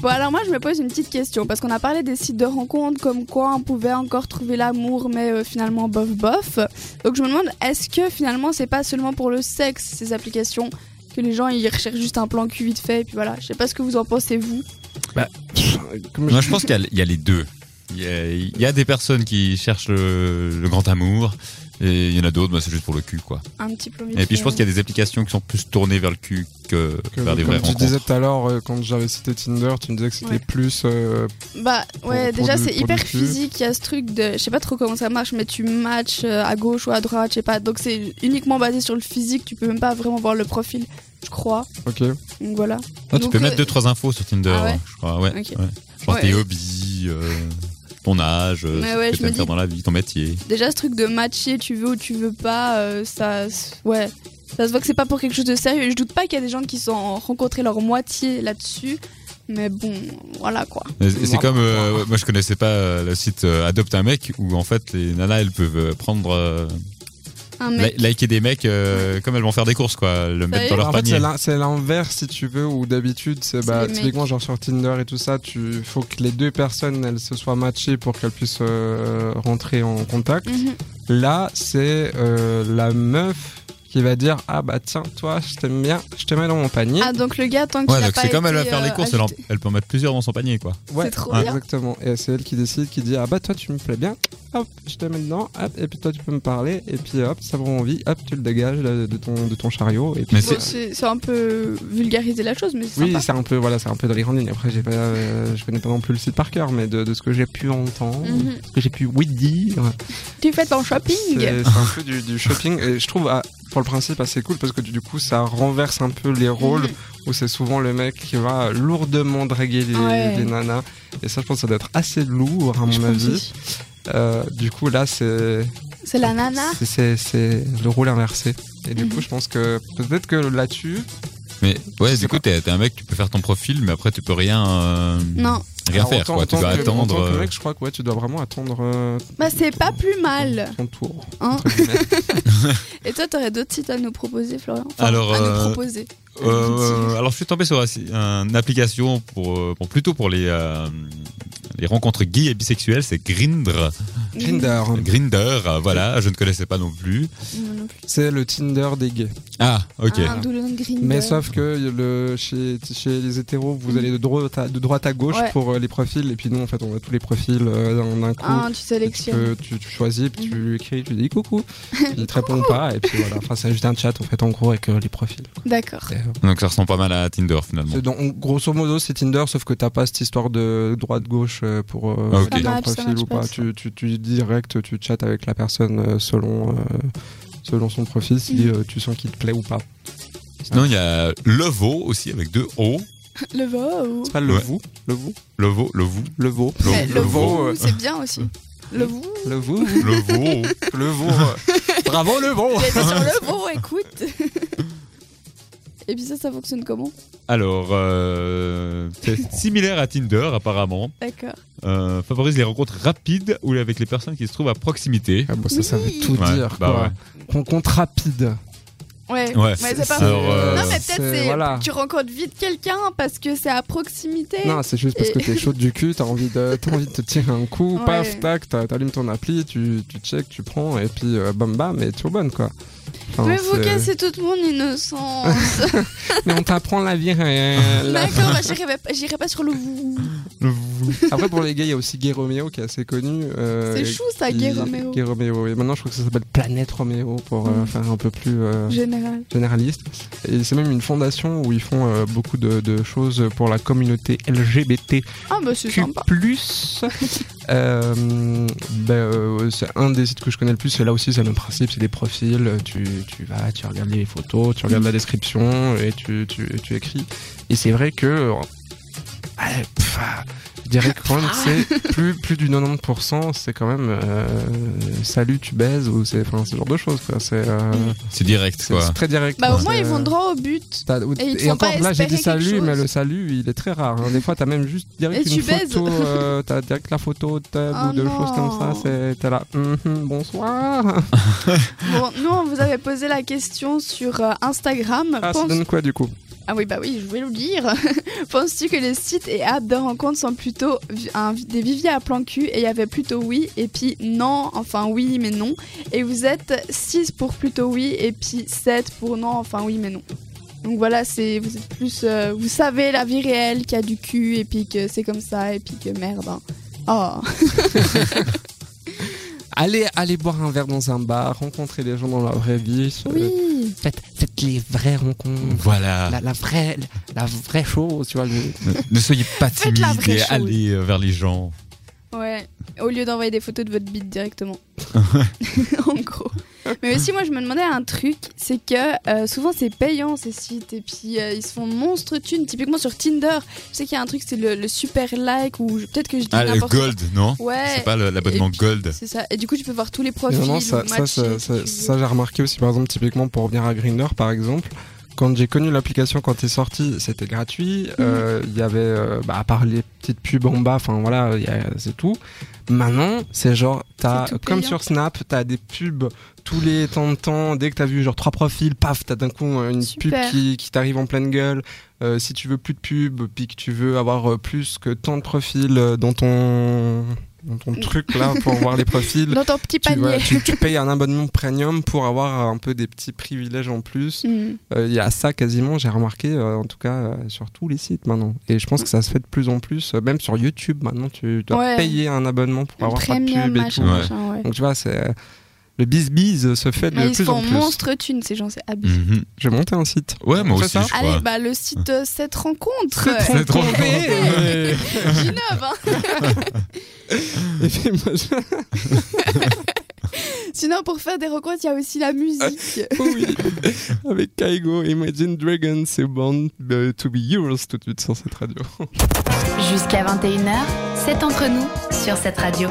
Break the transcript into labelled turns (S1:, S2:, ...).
S1: Bon, alors moi, je me pose une petite question, parce qu'on a parlé des sites de rencontres, comme quoi on pouvait encore trouver l'amour, mais euh, finalement, bof, bof. Donc je me demande, est-ce que finalement, c'est pas seulement pour le sexe, ces applications que les gens ils recherchent juste un plan cul vite fait et puis voilà je sais pas ce que vous en pensez vous
S2: Comme je-
S3: Moi, je pense qu'il y a- il y, a les deux. Il y a, il y a des personnes qui cherchent le, le grand amour. Et il y en a d'autres, bah, c'est juste pour le cul, quoi.
S1: un petit plan vite
S3: Et puis je
S1: fait.
S3: pense qu'il y a des applications qui sont plus tournées vers le cul que,
S4: Que-
S3: vers des vraies
S4: comme tu
S3: rencontres.
S4: disais tout à l'heure, euh, quand j'avais cité Tinder, tu me disais que c'était
S1: Ouais.
S4: plus. euh,
S1: Bah ouais,
S4: pour
S1: déjà
S4: du-
S1: c'est
S4: pour
S1: hyper
S4: du cul.
S1: physique, il y a ce truc de je sais pas trop comment ça marche mais tu matches euh, à gauche ou à droite, je sais pas. Donc c'est uniquement basé sur le physique, tu peux même pas vraiment voir le profil, je crois.
S4: ok.
S1: Donc voilà.
S3: Non, tu
S1: Donc,
S3: peux
S1: euh,
S3: mettre deux trois infos sur Tinder, hein,
S1: Ah ouais
S3: je crois. Ouais,
S1: Ok.
S3: ouais. Genre
S1: Ouais.
S3: tes hobbies, euh, ton âge, euh,
S1: Ouais,
S3: ce
S1: ouais,
S3: que
S1: je
S3: t'aimes
S1: me dis-
S3: faire dans la vie, ton métier.
S1: Déjà ce truc de matcher tu veux ou tu veux pas euh, ça s- ouais, ça se voit que c'est pas pour quelque chose de sérieux. Je doute pas qu'il y a des gens qui sont rencontrés leur moitié là-dessus. Mais bon, voilà quoi.
S3: Et C'est comme euh, ouais, moi je connaissais pas euh, le site euh, Adopte un mec où en fait les nanas elles peuvent euh, prendre euh,
S1: Un mec.
S3: li- liker des mecs euh, comme elles vont faire des courses quoi, le mettre dans leur
S4: en fait,
S3: panier.
S4: c'est l'in- c'est l'inverse, si tu veux, où d'habitude, c'est
S1: C'est
S4: bah,
S1: les
S4: typiquement, genre sur Tinder et tout ça, tu faut que les deux personnes elles se soient matchées pour qu'elles puissent euh, rentrer en contact.
S3: Mm.
S1: Mhm.
S4: Là, c'est euh, la meuf qui va dire Ah bah tiens, toi, je t'aime bien, je te mets dans mon panier.
S1: Ah donc le gars tant qu'il
S3: Ouais,
S1: a
S3: donc
S1: pas
S3: c'est comme elle va
S1: été,
S3: faire les
S1: euh,
S3: courses, elle, en-
S1: ajouté-
S3: elle peut en mettre plusieurs dans son panier quoi.
S1: C'est trop bien.
S4: exactement. Et c'est elle qui décide, qui dit Ah bah toi, tu me plais bien, hop, je te mets dedans, hop, et puis toi, tu peux me parler, et puis hop, ça prend envie, hop, tu le dégages là, de, ton, de ton chariot. Et puis, euh,
S3: Mais
S1: Bon, c'est c'est un peu vulgariser la chose, mais c'est
S4: Oui,
S1: sympa.
S4: c'est un peu voilà, c'est un peu dans les grandes lignes. Après, j'ai pas, euh, je connais pas non plus le site par cœur, mais de, de ce que j'ai pu entendre,
S1: Mhm.
S4: ce que j'ai pu oui dire,
S1: Tu fais ton
S4: c'est
S1: shopping
S4: c'est un peu du, du shopping. Et je trouve ah, pour le principe assez cool parce que du coup, ça renverse un peu les
S1: Mhm.
S4: rôles où c'est souvent le mec qui va lourdement draguer les,
S1: Ouais.
S4: les nanas. Et ça, je pense, que ça doit être assez lourd à mon avis. Euh, du coup, là, c'est
S1: C'est la nana.
S4: c'est- c'est c'est le rôle inversé. Et du
S1: Mhm.
S4: coup, je pense que peut-être que là-dessus,
S3: Mais ouais,
S4: sais
S3: du coup t'es t'es un mec, tu peux faire ton profil, mais après tu peux rien euh,
S1: Non,
S3: rien
S4: alors, en
S3: faire
S4: tant-
S3: quoi.
S4: en
S3: Tu
S4: tant
S3: vas
S4: que- en
S3: attendre.
S4: tant que
S3: euh,
S4: mec, je crois que ouais, tu dois vraiment attendre euh,
S1: bah c'est pas plus mal.
S4: ton tour.
S1: hein.
S4: entre guillemets.
S1: Et toi, t'aurais d'autres sites à nous proposer, Florian Enfin,
S3: Alors,
S1: à nous
S3: euh,
S1: proposer.
S3: Euh, alors, je suis tombé sur un- une application pour, euh, pour- plutôt pour les, euh, les rencontres gays et bisexuelles, c'est Grindr.
S1: Mhm.
S4: Grinder,
S3: Grinder, euh, voilà, je ne connaissais pas non plus.
S1: Moi non plus.
S4: c'est le Tinder des gays.
S3: Ah, ok.
S1: Ah, d'où le nom de Grindr.
S4: Mais sauf que le, chez, chez les hétéros, vous
S1: Mm.
S4: allez de droite à, de droite à gauche
S1: Ouais.
S4: pour euh, les profils, et puis nous, en fait, on a tous les profils euh, d'un d'un coup.
S1: Ah, Mhm. tu
S4: Et tu,
S1: sélectionnes.
S4: peux- tu, tu choisis, puis tu lui écris, tu lui dis coucou. Il te répond pas, et puis voilà. Enfin, c'est juste un chat, en fait, en gros, avec euh, les profils.
S1: D'accord.
S4: Et, euh,
S3: Donc, ça ressemble pas mal à Tinder finalement.
S4: c'est donc- grosso modo, c'est Tinder, sauf que t'as pas cette histoire de droite-gauche euh, pour euh,
S3: Ah, ok.
S4: valider
S1: Ça
S4: un
S1: match, ça
S4: profil
S1: match
S4: ou
S1: pas,
S4: pas.
S1: ça.
S4: Tu, tu, tu dis direct, tu chattes avec la personne euh, selon, euh, selon son profil, si
S1: Mm.
S4: euh, tu sens qu'il te plaît ou pas.
S3: Sinon, il y a Levo aussi, avec deux O.
S1: Le veau.
S4: C'est pas le
S3: Ouais.
S4: vous, le vous,
S3: Levo, Levo,
S4: le veau.
S3: Levo,
S1: Mais Le
S4: veau,
S1: veau,
S4: euh.
S1: c'est bien aussi. Le veau.
S4: Le vous,
S3: Levo.
S4: le vous. Bravo le vous
S1: Il était sur le veau, écoute. Et puis ça, ça fonctionne comment
S3: Alors, euh, c'est similaire à Tinder apparemment.
S1: D'accord.
S3: Euh, favorise les rencontres rapides ou avec les personnes qui se trouvent à proximité.
S4: Ah bon, ça, ça veut
S1: Oui.
S4: tout
S3: Ouais,
S4: dire,
S3: bah
S4: quoi.
S3: ouais.
S4: Rencontre rapide.
S1: Ouais.
S3: Ouais,
S1: Mais c'est pas
S3: alors, euh,
S1: Non, mais peut-être c'est
S4: Voilà.
S1: tu rencontres vite quelqu'un parce que c'est à proximité.
S4: Non, c'est juste parce que
S1: Et-
S4: t'es chaude du cul, t'as envie, de, t'as envie de te tirer un coup,
S1: Eh. Ouais.
S4: paf, tac, t'a- t'allumes ton appli, tu, tu check, tu prends, et puis euh, bam bam, et tu bonne, quoi. Enfin,
S1: mais vous
S4: c'est-
S1: cassez toute mon innocence.
S4: Mais on t'apprend la vie réelle.
S1: D'accord, bah, j'irai pas- j'irai pas sur le vous.
S3: Levo.
S4: Après, pour les gays, il y a aussi Gay Romeo qui est assez connu. euh,
S1: C'est
S4: et
S1: chou ça,
S4: qui-
S1: Gay Romeo.
S4: Gay Romeo, oui. Maintenant, je crois que ça s'appelle Planète Romeo pour euh,
S1: Mm.
S4: faire un peu plus. euh,
S1: Général.
S4: généraliste. Et c'est même une fondation où ils font euh, beaucoup de, de choses pour la communauté LGBTQ.
S1: Ah bah c'est sympa.
S4: Euh, ben, euh, c'est un des sites que je connais le plus. Et là aussi, c'est le même principe c'est des profils. Tu, tu vas, tu regardes les photos, tu
S1: Mm.
S4: regardes la description et tu, tu, tu écris. Et c'est vrai que. euh, ah, pff, ah, je dirais que quand même,
S1: Ah.
S4: c'est plus, plus du 90%, c'est quand même euh, salut, tu baises, ou c'est enfin, ce genre de choses. quoi. C'est euh,
S3: C'est direct
S4: c'est-
S3: quoi.
S4: c'est très direct.
S1: Mm. Bah au
S4: quoi.
S1: moins
S4: C'est,
S1: ils vont
S4: euh,
S1: droit au but.
S4: T'as- ou-
S1: Et ils te
S4: Et,
S1: font
S4: encore
S1: pas
S4: là, j'ai dit
S1: espérer quelque
S4: salut, mais
S1: chose.
S4: le salut, il est très rare. hein. Des fois, t'as même juste direct
S1: Et
S4: une
S1: tu baises.
S4: photo, euh, t'as direct la photo de tête
S1: Oh
S4: ou deux
S1: non.
S4: choses comme ça. c'est- T'es là, Mhm, bonsoir.
S1: Bon, nous on vous avait posé la question sur euh, Instagram.
S4: Ah, ça
S1: Pense-
S4: donne quoi du coup
S1: Ah oui, bah oui, je voulais le dire. Penses-tu que les sites et apps de rencontres sont plutôt vi- un- des viviers à plan cul et il y avait plutôt oui et puis non, enfin oui mais non. Et vous êtes 6 pour plutôt oui et puis 7 pour non, enfin oui mais non. Donc voilà, c'est vous êtes plus euh, vous savez la vie réelle qui a du cul et puis que c'est comme ça et puis que merde. hein. Oh.
S4: Allez, allez boire un verre dans un bar, rencontrer des gens dans la vraie vie. se-
S1: Oui.
S4: Faites, faites les vraies rencontres.
S3: Voilà.
S4: La, la vraie, la vraie chose, tu vois. le-
S3: Ne, ne soyez pas
S1: Faites la
S3: timide
S1: vraie
S3: et
S1: chose.
S3: allez euh, vers les gens.
S1: Ouais, au lieu d'envoyer des photos de votre bite directement. en gros. Mais aussi, moi, je me demandais un truc, c'est que euh, souvent c'est payant ces sites et puis euh, ils se font monstre thunes, typiquement sur Tinder. Je sais qu'il y a un truc, c'est le, le super like ou je- peut-être que je dis
S3: Ah, le
S1: n'importe quoi.
S3: Gold, non
S1: Ouais,
S3: C'est pas le- l'abonnement
S1: Et puis-
S3: Gold.
S1: c'est ça. Et du coup, tu peux voir tous les
S4: Mais
S1: profils.
S4: Vraiment,
S1: ou
S4: ça, ça,
S1: matchs,
S4: ça,
S1: si
S4: ça-
S1: tu
S4: ça, j'ai remarqué aussi, par exemple, typiquement pour revenir à Grindr, par exemple, quand j'ai connu l'application, quand elle est sortie, c'était
S1: Mhm.
S4: gratuit. Euh, Il y avait, euh, bah, à part les petites pubs en bas, enfin voilà, il y a- c'est tout. Maintenant, c'est genre, t'as,
S1: C'est tout
S4: comme
S1: payant.
S4: sur Snap, t'as des pubs tous les temps de temps. Dès que t'as vu genre trois profils, paf, t'as d'un coup euh, une
S1: Super.
S4: pub qui, qui t'arrive en pleine gueule. Euh, si tu veux plus de pubs, puis que tu veux avoir euh, plus que tant de profils euh, dans ton, dans ton truc là pour voir les profils
S1: veux. Dans ton petit
S4: tu,
S1: panier.
S4: voilà, tu- tu payes un abonnement premium pour avoir un peu des petits privilèges en plus.
S1: Hmm.
S4: Euh, Il y a ça quasiment, j'ai remarqué, euh, en tout cas euh, sur tous les sites maintenant. Et je pense que ça se fait de plus en plus, euh, même sur YouTube maintenant, tu dois
S1: Ouais.
S4: payer un abonnement pour avoir ta
S1: Premium,
S4: pub et tout.
S1: machin,
S3: Ouais.
S1: machin, ouais.
S4: Donc tu vois, c'est euh, le biz-biz se fait de
S1: Mais ils se
S4: plus en
S1: font
S4: plus.
S1: monstre thunes, ces gens, c'est abusé.
S3: Mhm.
S4: Je vais monter un site.
S3: Ouais, moi
S4: C'est
S3: aussi,
S4: ça
S3: je crois.
S1: Allez, bah le site euh, 7 rencontres.
S3: C'est trop
S1: Ouais. J'innove, hein.
S4: Et puis, moi, je-
S1: Sinon, pour faire des rencontres, il y a aussi la musique.
S4: Oui. Avec Kaigo, Imagine Dragons, c'est Born euh, to be yours tout de suite sur cette radio.
S5: Jusqu'à 21h, c'est entre nous sur cette radio.